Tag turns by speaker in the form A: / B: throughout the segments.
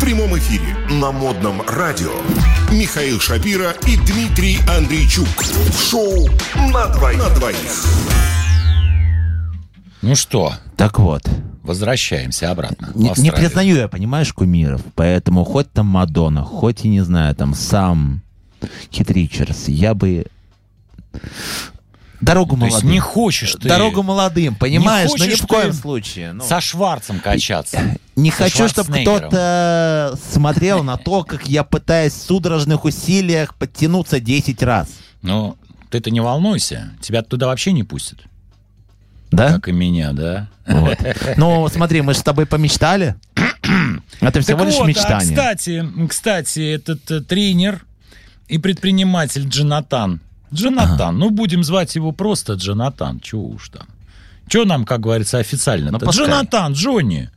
A: прямом эфире на модном радио Михаил Шапира и Дмитрий Андрейчук. В шоу на двоих. На двоих.
B: Ну что,
C: Так вот.
B: возвращаемся обратно. в
C: Не, не
B: Австралию.
C: признаю я, понимаешь, кумиров. Поэтому хоть там Мадонна, хоть, я не знаю, там сам Кит Ричардс, я бы... Дорогу
B: То есть
C: молодым.
B: не хочешь ты
C: Дорогу молодым, понимаешь?
B: Не
C: но ни
B: хочешь
C: в коем
B: ты
C: случае. ну.
B: со Шварцем качаться.
C: Не
B: со
C: хочу, чтобы
B: Шварценеггером.
C: кто-то э, смотрел на то, как я пытаюсь в судорожных усилиях подтянуться 10 раз.
B: Ну, ты-то не волнуйся, тебя туда вообще не пустят,
C: Да?
B: как и меня, да?
C: Вот. Ну, смотри, мы же с тобой помечтали. Это всего
B: Так
C: лишь
B: вот, а,
C: мечтание.
B: кстати, м, кстати, этот э, тренер и предприниматель Джонатан. Джонатан, ну будем звать его просто Джонатан, чего уж там. Че нам, как говорится, официально?
C: Ну, пускай.
B: Джонатан, Джонни,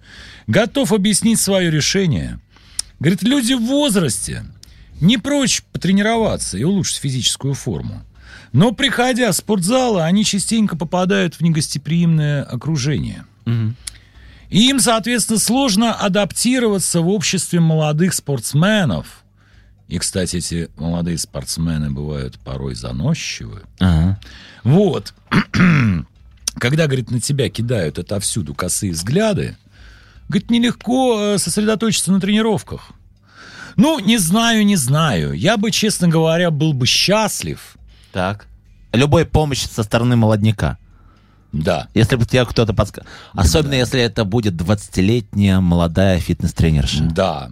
B: готов объяснить свое решение. Говорит, люди в возрасте не прочь потренироваться и улучшить физическую форму. Но приходя с спортзала, они частенько попадают в негостеприимное окружение. И им, соответственно, сложно адаптироваться в обществе молодых спортсменов. И, кстати, эти молодые спортсмены бывают порой заносчивы.
C: Ага.
B: Вот. Когда, говорит, на тебя кидают отовсюду косые взгляды, говорит, нелегко э, сосредоточиться на тренировках. Ну, не знаю, не знаю. Я бы, честно говоря, был бы счастлив.
C: Так. Любой помощь со стороны молодняка.
B: Да.
C: Если бы тебе кто-то подсказал. Особенно, если это будет 20-летняя молодая фитнес-тренерша.
B: Да.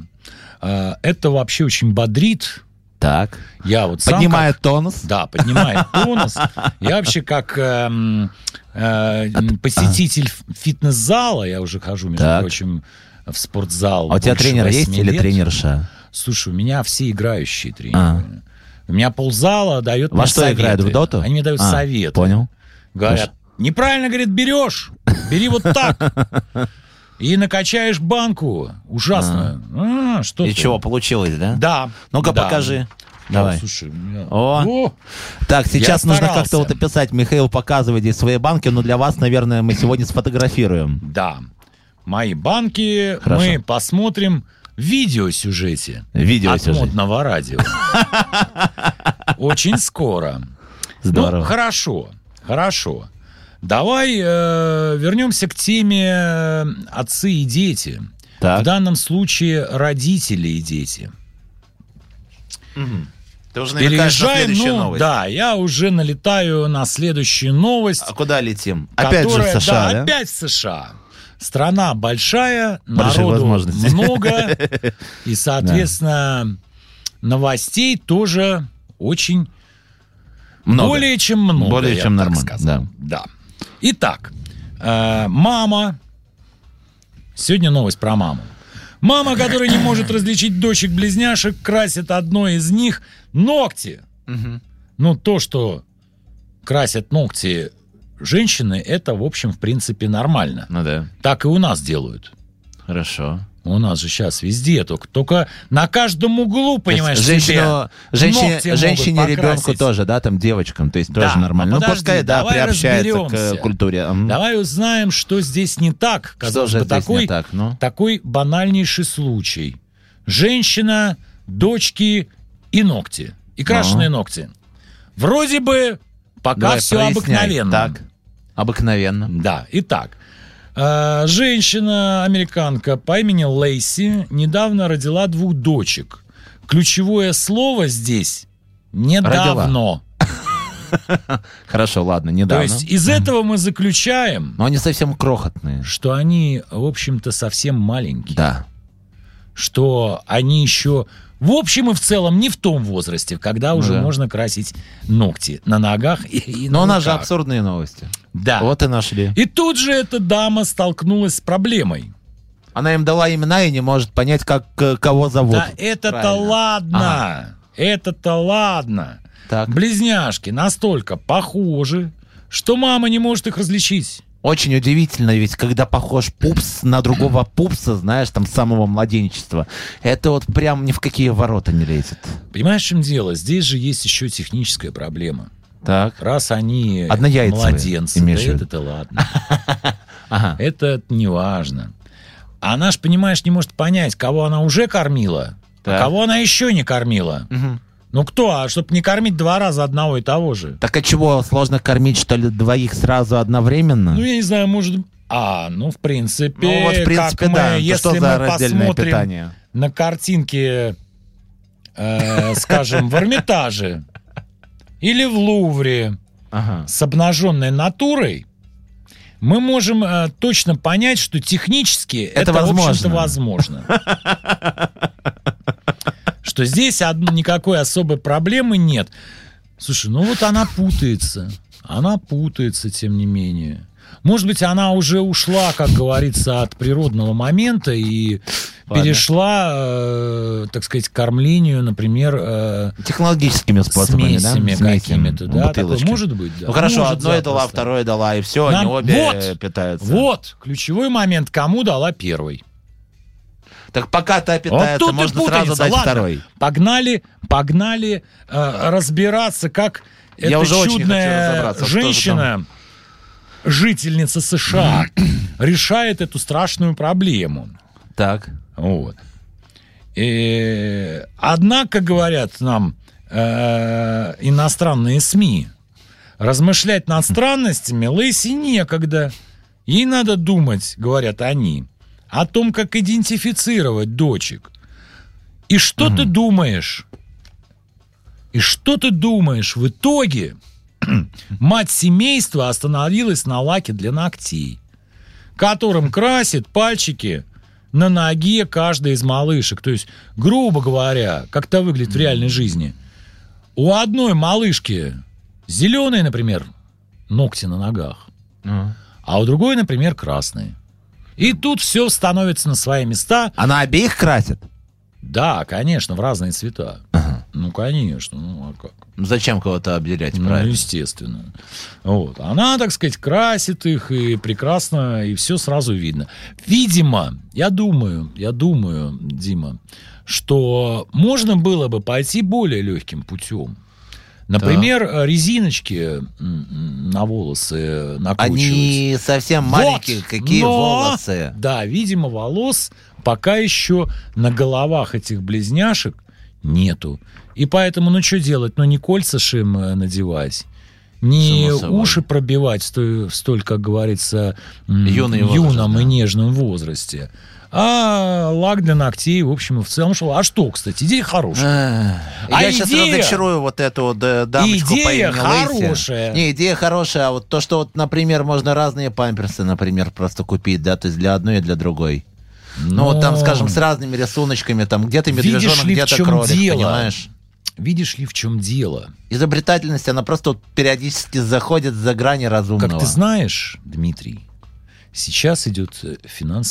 B: Э, Это вообще очень бодрит.
C: Так.
B: Я вот сам как-
C: Поднимает тонус.
B: Да, поднимает тонус. Я вообще как эм,
C: А
B: э, м, посетитель ф- фитнес-зала, я уже хожу, между
C: Так.
B: прочим, в спортзал.
C: А у тебя
B: больше
C: тренер есть
B: восьми
C: или
B: лет.
C: тренерша?
B: Слушай, у меня все играющие тренеры. У меня ползала дает
C: Во
B: мне
C: что
B: советы.
C: играют? В доту?
B: Они мне дают
C: А,
B: советы.
C: Понял.
B: Говорят, неправильно, говорит, берешь. Бери вот так. И накачаешь банку ужасную. А, что
C: И
B: ты?
C: чего, получилось, да?
B: Да.
C: Ну-ка
B: да.
C: покажи.
B: Да,
C: Давай.
B: Слушай, у меня-
C: О. Так, сейчас
B: Я
C: нужно
B: старался.
C: как-то вот описать. Михаил показывает здесь свои банки, но для вас, наверное, мы сегодня сфотографируем.
B: Да. Мои банки
C: Хорошо.
B: мы посмотрим в видеосюжете
C: Видео
B: от модного радио. Очень скоро. Ну,
C: Здорово.
B: хорошо, хорошо. Давай э, вернемся к теме э, отцы и дети. В
C: так.
B: данном случае родители и дети.
C: Ты уже
B: Переезжаем, ну, да, я уже налетаю на следующую новость.
C: А куда летим? Опять
B: которая-
C: же в США,
B: да,
C: да?
B: опять в США. Страна большая,
C: Большие
B: народу
C: возможности.
B: много, и, соответственно, новостей тоже очень
C: Много.
B: более чем много.
C: Более
B: я
C: чем
B: бы так
C: нормально,
B: сказал. Да. Итак, э, мама. Сегодня новость про маму. Мама, которая не может различить дочек-близняшек, красит одной из них ногти. Ну, то, что красят ногти женщины, это, в общем, в принципе, нормально.
C: Ну да,
B: Так и у нас делают.
C: хорошо.
B: У нас же сейчас везде, только, только на каждом углу, понимаешь, себе.
C: женщину, женщине,
B: ногти могут
C: женщине ребенку
B: покрасить.
C: тоже, да, там девочкам, то есть
B: Да,
C: тоже нормально.
B: ну,
C: ну
B: подожди,
C: пускай, да,
B: давай
C: приобщается к
B: разберемся.
C: э, культуре. М.
B: Давай узнаем, что здесь не так.
C: Что
B: Казалось
C: же
B: бы,
C: здесь
B: такой
C: не так? Ну,
B: Такой банальнейший случай. Женщина, дочки и ногти. И крашеные ногти. Вроде бы пока
C: Ну. Давай,
B: все
C: проясняй.
B: обыкновенно.
C: Так, обыкновенно.
B: Да, итак. э, Женщина-американка по имени Лейси недавно родила двух дочек. Ключевое слово здесь «недавно».
C: Хорошо, ладно,
B: То
C: недавно.
B: есть из этого мы заключаем,
C: Но они совсем крохотные.
B: что они, в общем-то, совсем маленькие.
C: Да.
B: что они еще в общем и в целом не в том возрасте, когда уже
C: Ну да.
B: можно красить ногти на ногах и, и на
C: Но у нас же
B: руках.
C: абсурдные новости.
B: Ну Да.
C: Вот и нашли.
B: И тут же эта дама столкнулась с проблемой.
C: Она им дала имена и не может понять, как э, кого зовут.
B: да это-то
C: правильно.
B: ладно. Это-то ладно.
C: Так.
B: Близняшки настолько похожи, что мама не может их различить.
C: Очень удивительно, ведь когда похож пупс на другого пупса, знаешь, там с самого младенчества, это вот прям ни в какие ворота не лезет.
B: Понимаешь, в чем дело? Здесь же есть еще техническая проблема.
C: Так.
B: Раз они
C: Однояйцевые,
B: младенцы, да
C: имеешь в виду?
B: это-то ладно.
C: Ага.
B: Это не важно. Она ж, понимаешь, не может понять, кого она уже кормила,
C: Так.
B: а кого она еще не кормила.
C: Мгм.
B: Ну кто, а чтобы не кормить два раза одного и того же?
C: Так а чего, сложно кормить, что ли, двоих сразу одновременно?
B: Ну, я не знаю, может... А, ну, в принципе,
C: Ну, вот, в принципе,
B: как мы,
C: да. Это
B: если
C: что
B: мы
C: за раздельное
B: посмотрим
C: питание?
B: на картинке, э, скажем, в Эрмитаже или в Лувре
C: Ага.
B: с обнаженной натурой, мы можем э, точно понять, что технически это,
C: Это
B: в общем-то,
C: возможно.
B: возможно. Что здесь од- никакой особой проблемы нет. Слушай, ну вот она путается. Она путается, тем не менее. Может быть, она уже ушла, как говорится, от природного момента и
C: Ладно.
B: перешла, э, так сказать, к кормлению, например, э,
C: Технологическими способами, да?
B: смесями какими-то. Да?
C: бутылочки.
B: Такое может быть, да.
C: Ну хорошо,
B: Может,
C: одной
B: запросто.
C: дала, второй дала, и все,
B: Нам-
C: они обе
B: вот!
C: питаются.
B: Вот, ключевой момент, кому дала первой.
C: Так пока та питается,
B: тут и
C: можно сразу
B: путаница.
C: дать
B: Ладно.
C: второй.
B: Погнали, погнали э, разбираться, как
C: Я
B: эта
C: уже очень хочу
B: чудная
C: разобраться, что же
B: женщина, жительница США, решает эту страшную проблему.
C: Так.
B: Вот. И, однако, говорят нам э, иностранные СМИ, размышлять над странностями Лэйси некогда. Ей надо думать, говорят они, о том, как идентифицировать дочек. И что ты думаешь? И что ты думаешь? В итоге мать семейства остановилась на лаке для ногтей, которым красит пальчики на ноге каждой из малышек. То есть, грубо говоря, как это выглядит в реальной жизни. У одной малышки зеленые, например, ногти на ногах, а у другой, например, красные. И тут все становится на свои места.
C: Она обеих красит?
B: Да, конечно, в разные цвета. Ну, конечно, ну а как?
C: Ну, Зачем кого-то обделять,
B: Ну,
C: правильно?
B: естественно. Вот. Она, так сказать, красит их, и прекрасно, и все сразу видно. Видимо, я думаю, я думаю, Дима, что можно было бы пойти более легким путем. Например, э, резиночки м, м, на волосы э, накручивать.
C: Они совсем
B: Вот,
C: маленькие, какие
B: но-
C: волосы.
B: Да, видимо, волос пока еще на головах этих близняшек нету. И поэтому, ну что делать? Ну не кольца же им э, надевать. Не
C: Само собой.
B: уши пробивать в столь, в столь, как говорится, м,
C: Юный возраст,
B: юном
C: да.
B: и нежном возрасте. А лак для ногтей, в общем, и в целом шел. А что, кстати, идея
C: Э,
B: хорошая.
C: Эх,
B: Э, А
C: Я сейчас
B: идея?
C: разочарую вот эту вот э, дамочку по
B: Идея
C: имени Лэйси.
B: хорошая.
C: Не, идея хорошая, а вот то, что вот, например, можно разные памперсы, например, просто купить, да, то есть для одной и для другой. Ну, вот там,
B: Но
C: скажем, с разными рисуночками, там где-то
B: Видишь
C: медвежонок,
B: ли, в
C: где-то
B: чем
C: кролик,
B: дело?
C: понимаешь?
B: Видишь ли, в чем дело?
C: Изобретательность, она просто вот периодически заходит за грани разумного.
B: Как ты знаешь, Дмитрий, сейчас идет э,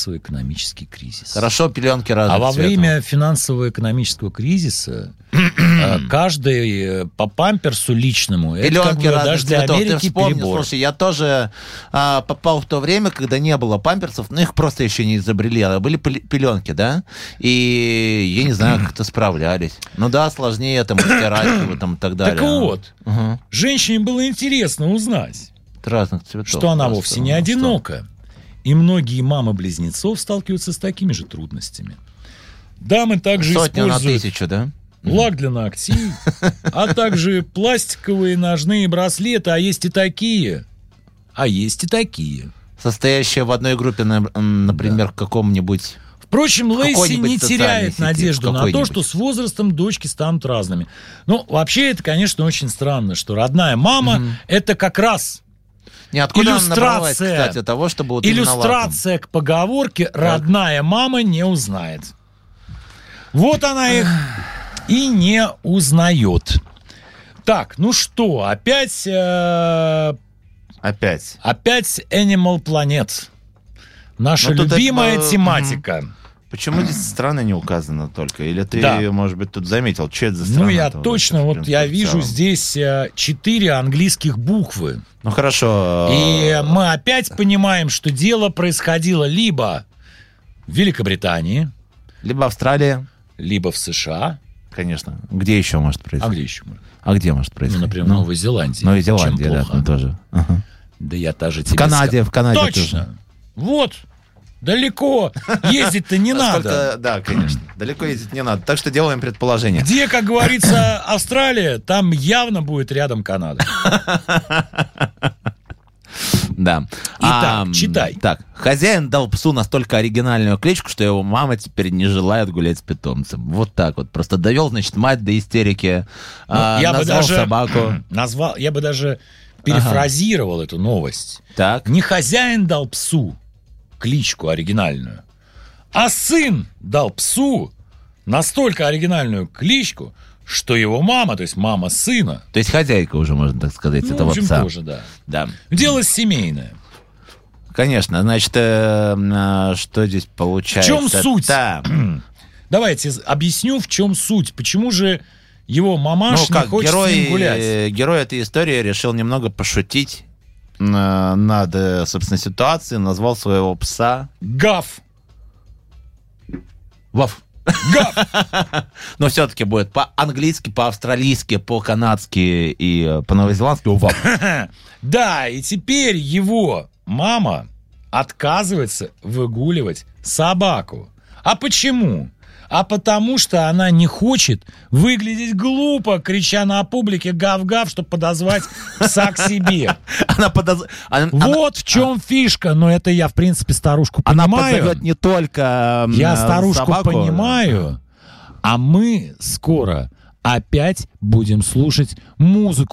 B: финансово-экономический кризис.
C: Хорошо, пеленки разных
B: А во
C: цветов.
B: время финансово-экономического кризиса э, каждый э, по памперсу личному, это как
C: Пеленки
B: бы
C: разных
B: даже для
C: цветов. Ты
B: Америки
C: вспомни,
B: перебор.
C: слушай, я тоже а, попал в то время, когда не было памперсов, но их просто еще не изобрели, а были пл- пеленки, да? И я не знаю, как это справлялись. Ну да, сложнее там стирать его там и так далее.
B: Так вот,
C: Мгм.
B: женщине было интересно узнать,
C: От разных цветов.
B: что она
C: просто,
B: вовсе не
C: ну, что.
B: одинока. И многие мамы близнецов сталкиваются с такими же трудностями. Дамы также
C: Сотню на
B: используют
C: тысячу, да?
B: лак для ногтей, а также пластиковые ножные браслеты, а есть и такие, а есть и такие.
C: Состоящая в одной группе, на- м, например, в каком-нибудь...
B: Впрочем, Лейси
C: какой-нибудь
B: не
C: социальной
B: теряет
C: сети,
B: надежду
C: в
B: на то,
C: какой-нибудь.
B: что с возрастом дочки станут разными. Ну, вообще, это, конечно, очень странно, что родная мама это как раз
C: Не, откуда она набралась,
B: Иллюстрация.
C: кстати, того, чтобы... вот именно лаком?
B: иллюстрация к поговорке «родная мама не узнает». Вот она их и не узнает. Так, ну что, опять, э,
C: Опять.
B: опять Animal Planet. Наша
C: Ну, тут, э,
B: любимая
C: э,
B: тематика.
C: Почему здесь страна не указана только? Или ты,
B: Да.
C: может быть, тут заметил, что это за страна?
B: Ну, я
C: там
B: точно,
C: вообще, в
B: вот
C: принципе,
B: я
C: в
B: вижу
C: целом?
B: здесь э, четыре английских буквы.
C: Ну, хорошо. э,
B: И мы опять понимаем, что дело происходило либо в Великобритании,
C: Либо Австралия,
B: либо в США.
C: конечно. Где еще может
B: А
C: произойти?
B: где еще? можно?
C: А, где может
B: Ну,
C: происходить?
B: например, в
C: Ну,
B: Новой Зеландии.
C: Новая
B: Чем
C: Зеландия, да,
B: плохо?
C: там тоже. Ага.
B: Да я даже
C: В Канаде, в Канаде
B: Точно.
C: тоже.
B: Вот. Далеко ездить-то не надо.
C: А Сколько- Да, конечно. Далеко ездить не надо. Так что делаем предположение.
B: Где, как говорится, Австралия, там явно будет рядом Канада.
C: Да.
B: Итак, читай.
C: Так, хозяин дал псу настолько оригинальную кличку, что его мама теперь не желает гулять с питомцем. Вот так вот. Просто довел, значит, мать до истерики. а,
B: Ну, я бы
C: назвал
B: даже-
C: собаку.
B: Назвал, я бы даже перефразировал эту новость.
C: Так.
B: Не хозяин дал псу кличку оригинальную, а сын дал псу настолько оригинальную кличку, что его мама, то есть мама сына,
C: То есть хозяйка уже, можно так сказать,
B: ну, в
C: этого
B: общем,
C: пса.
B: тоже, да.
C: Да.
B: Дело семейное.
C: Конечно, значит, э, а, что здесь получается?
B: В чем суть?
C: Да.
B: Давайте объясню, в чем суть. Почему же его мамаш
C: Ну, как
B: не хочет с
C: герой,
B: ним гулять?
C: э, герой этой истории решил немного пошутить э, над, э, собственно, ситуацией, назвал своего пса
B: Гав.
C: Вав.
B: Гав.
C: Но все-таки будет по-английски, по-австралийски, по-канадски и э, по-новозеландски Вав.
B: Да, и теперь его мама отказывается выгуливать собаку. А почему? А потому что она не хочет выглядеть глупо, крича на публике гав-гав, чтобы подозвать пса к себе.
C: Она подоз- она- она-
B: Вот в чем фишка. Но это я, в принципе, старушку
C: Она
B: понимаю.
C: подзовет не только м,
B: Я
C: э,
B: старушку
C: собаку.
B: понимаю, а мы скоро опять будем слушать музыку.